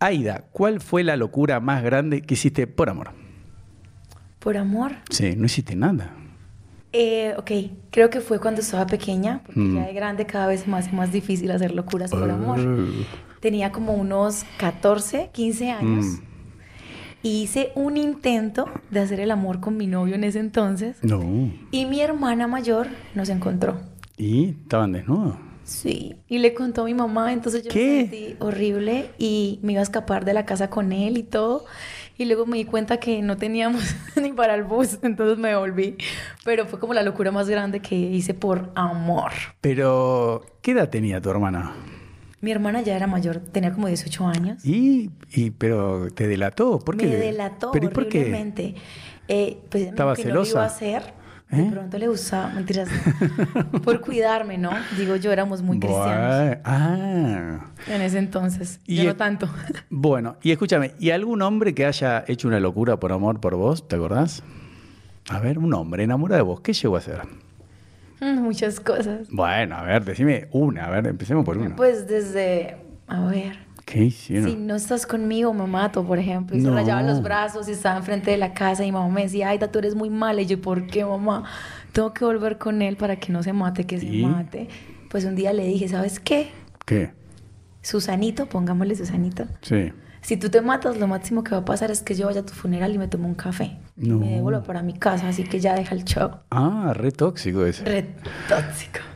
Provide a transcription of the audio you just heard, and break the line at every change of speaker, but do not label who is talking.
Aida, ¿cuál fue la locura más grande que hiciste por amor?
Por amor.
Sí, no hiciste nada.
Eh, ok, creo que fue cuando estaba pequeña, porque
Mm.
ya de grande cada vez más más difícil hacer locuras por amor.
Oh.
Tenía como unos 14, 15 años
Mm,
y hice un intento de hacer el amor con mi novio en ese entonces
No.
y mi hermana mayor nos encontró.
¿Y estaban desnudos?
Sí, y le contó a mi mamá, entonces yo
¿Qué?
me sentí horrible y me iba a escapar de la casa con él y todo. Y luego me di cuenta que no teníamos ni para el bus, entonces me volví. Pero fue como la locura más grande que hice por amor.
Pero, ¿qué edad tenía tu hermana?
Mi hermana ya era mayor, tenía como 18 años.
¿Y, y pero te delató? ¿Por qué?
Me delató
¿Pero y por qué?
horriblemente. Eh, pues ella me
¿Estaba
dijo que no lo iba a
celosa?
hacer.
¿Eh?
De pronto le gustaba, mentiras, no. por cuidarme, ¿no? Digo yo, éramos muy cristianos
Buah, Ah.
en ese entonces.
Y
yo
es-
no tanto.
Bueno, y escúchame, ¿y algún hombre que haya hecho una locura por amor por vos? ¿Te acordás? A ver, un hombre enamorado de vos, ¿qué llegó a hacer?
Mm, Muchas cosas.
Bueno, a ver, decime una, a ver, empecemos por una.
Pues desde, a ver,
¿Qué hicieron?
si no estás conmigo me mato, por ejemplo. Y se
No.
rayaba los brazos y estaba enfrente de la casa y mi mamá me decía, Aida, tú eres muy mala. Y yo, ¿por qué, mamá? Tengo que volver con él para que no se mate, que se
¿Y?
mate. Pues un día le dije, ¿sabes qué?
¿Qué?
Susanito, pongámosle Susanito.
Sí.
Si tú te matas, lo máximo que va a pasar es que yo vaya a tu funeral y me tomo un café. Y
No.
Me devuelvo para mi casa, así que ya deja el show.
Ah, re tóxico ese.
Re tóxico.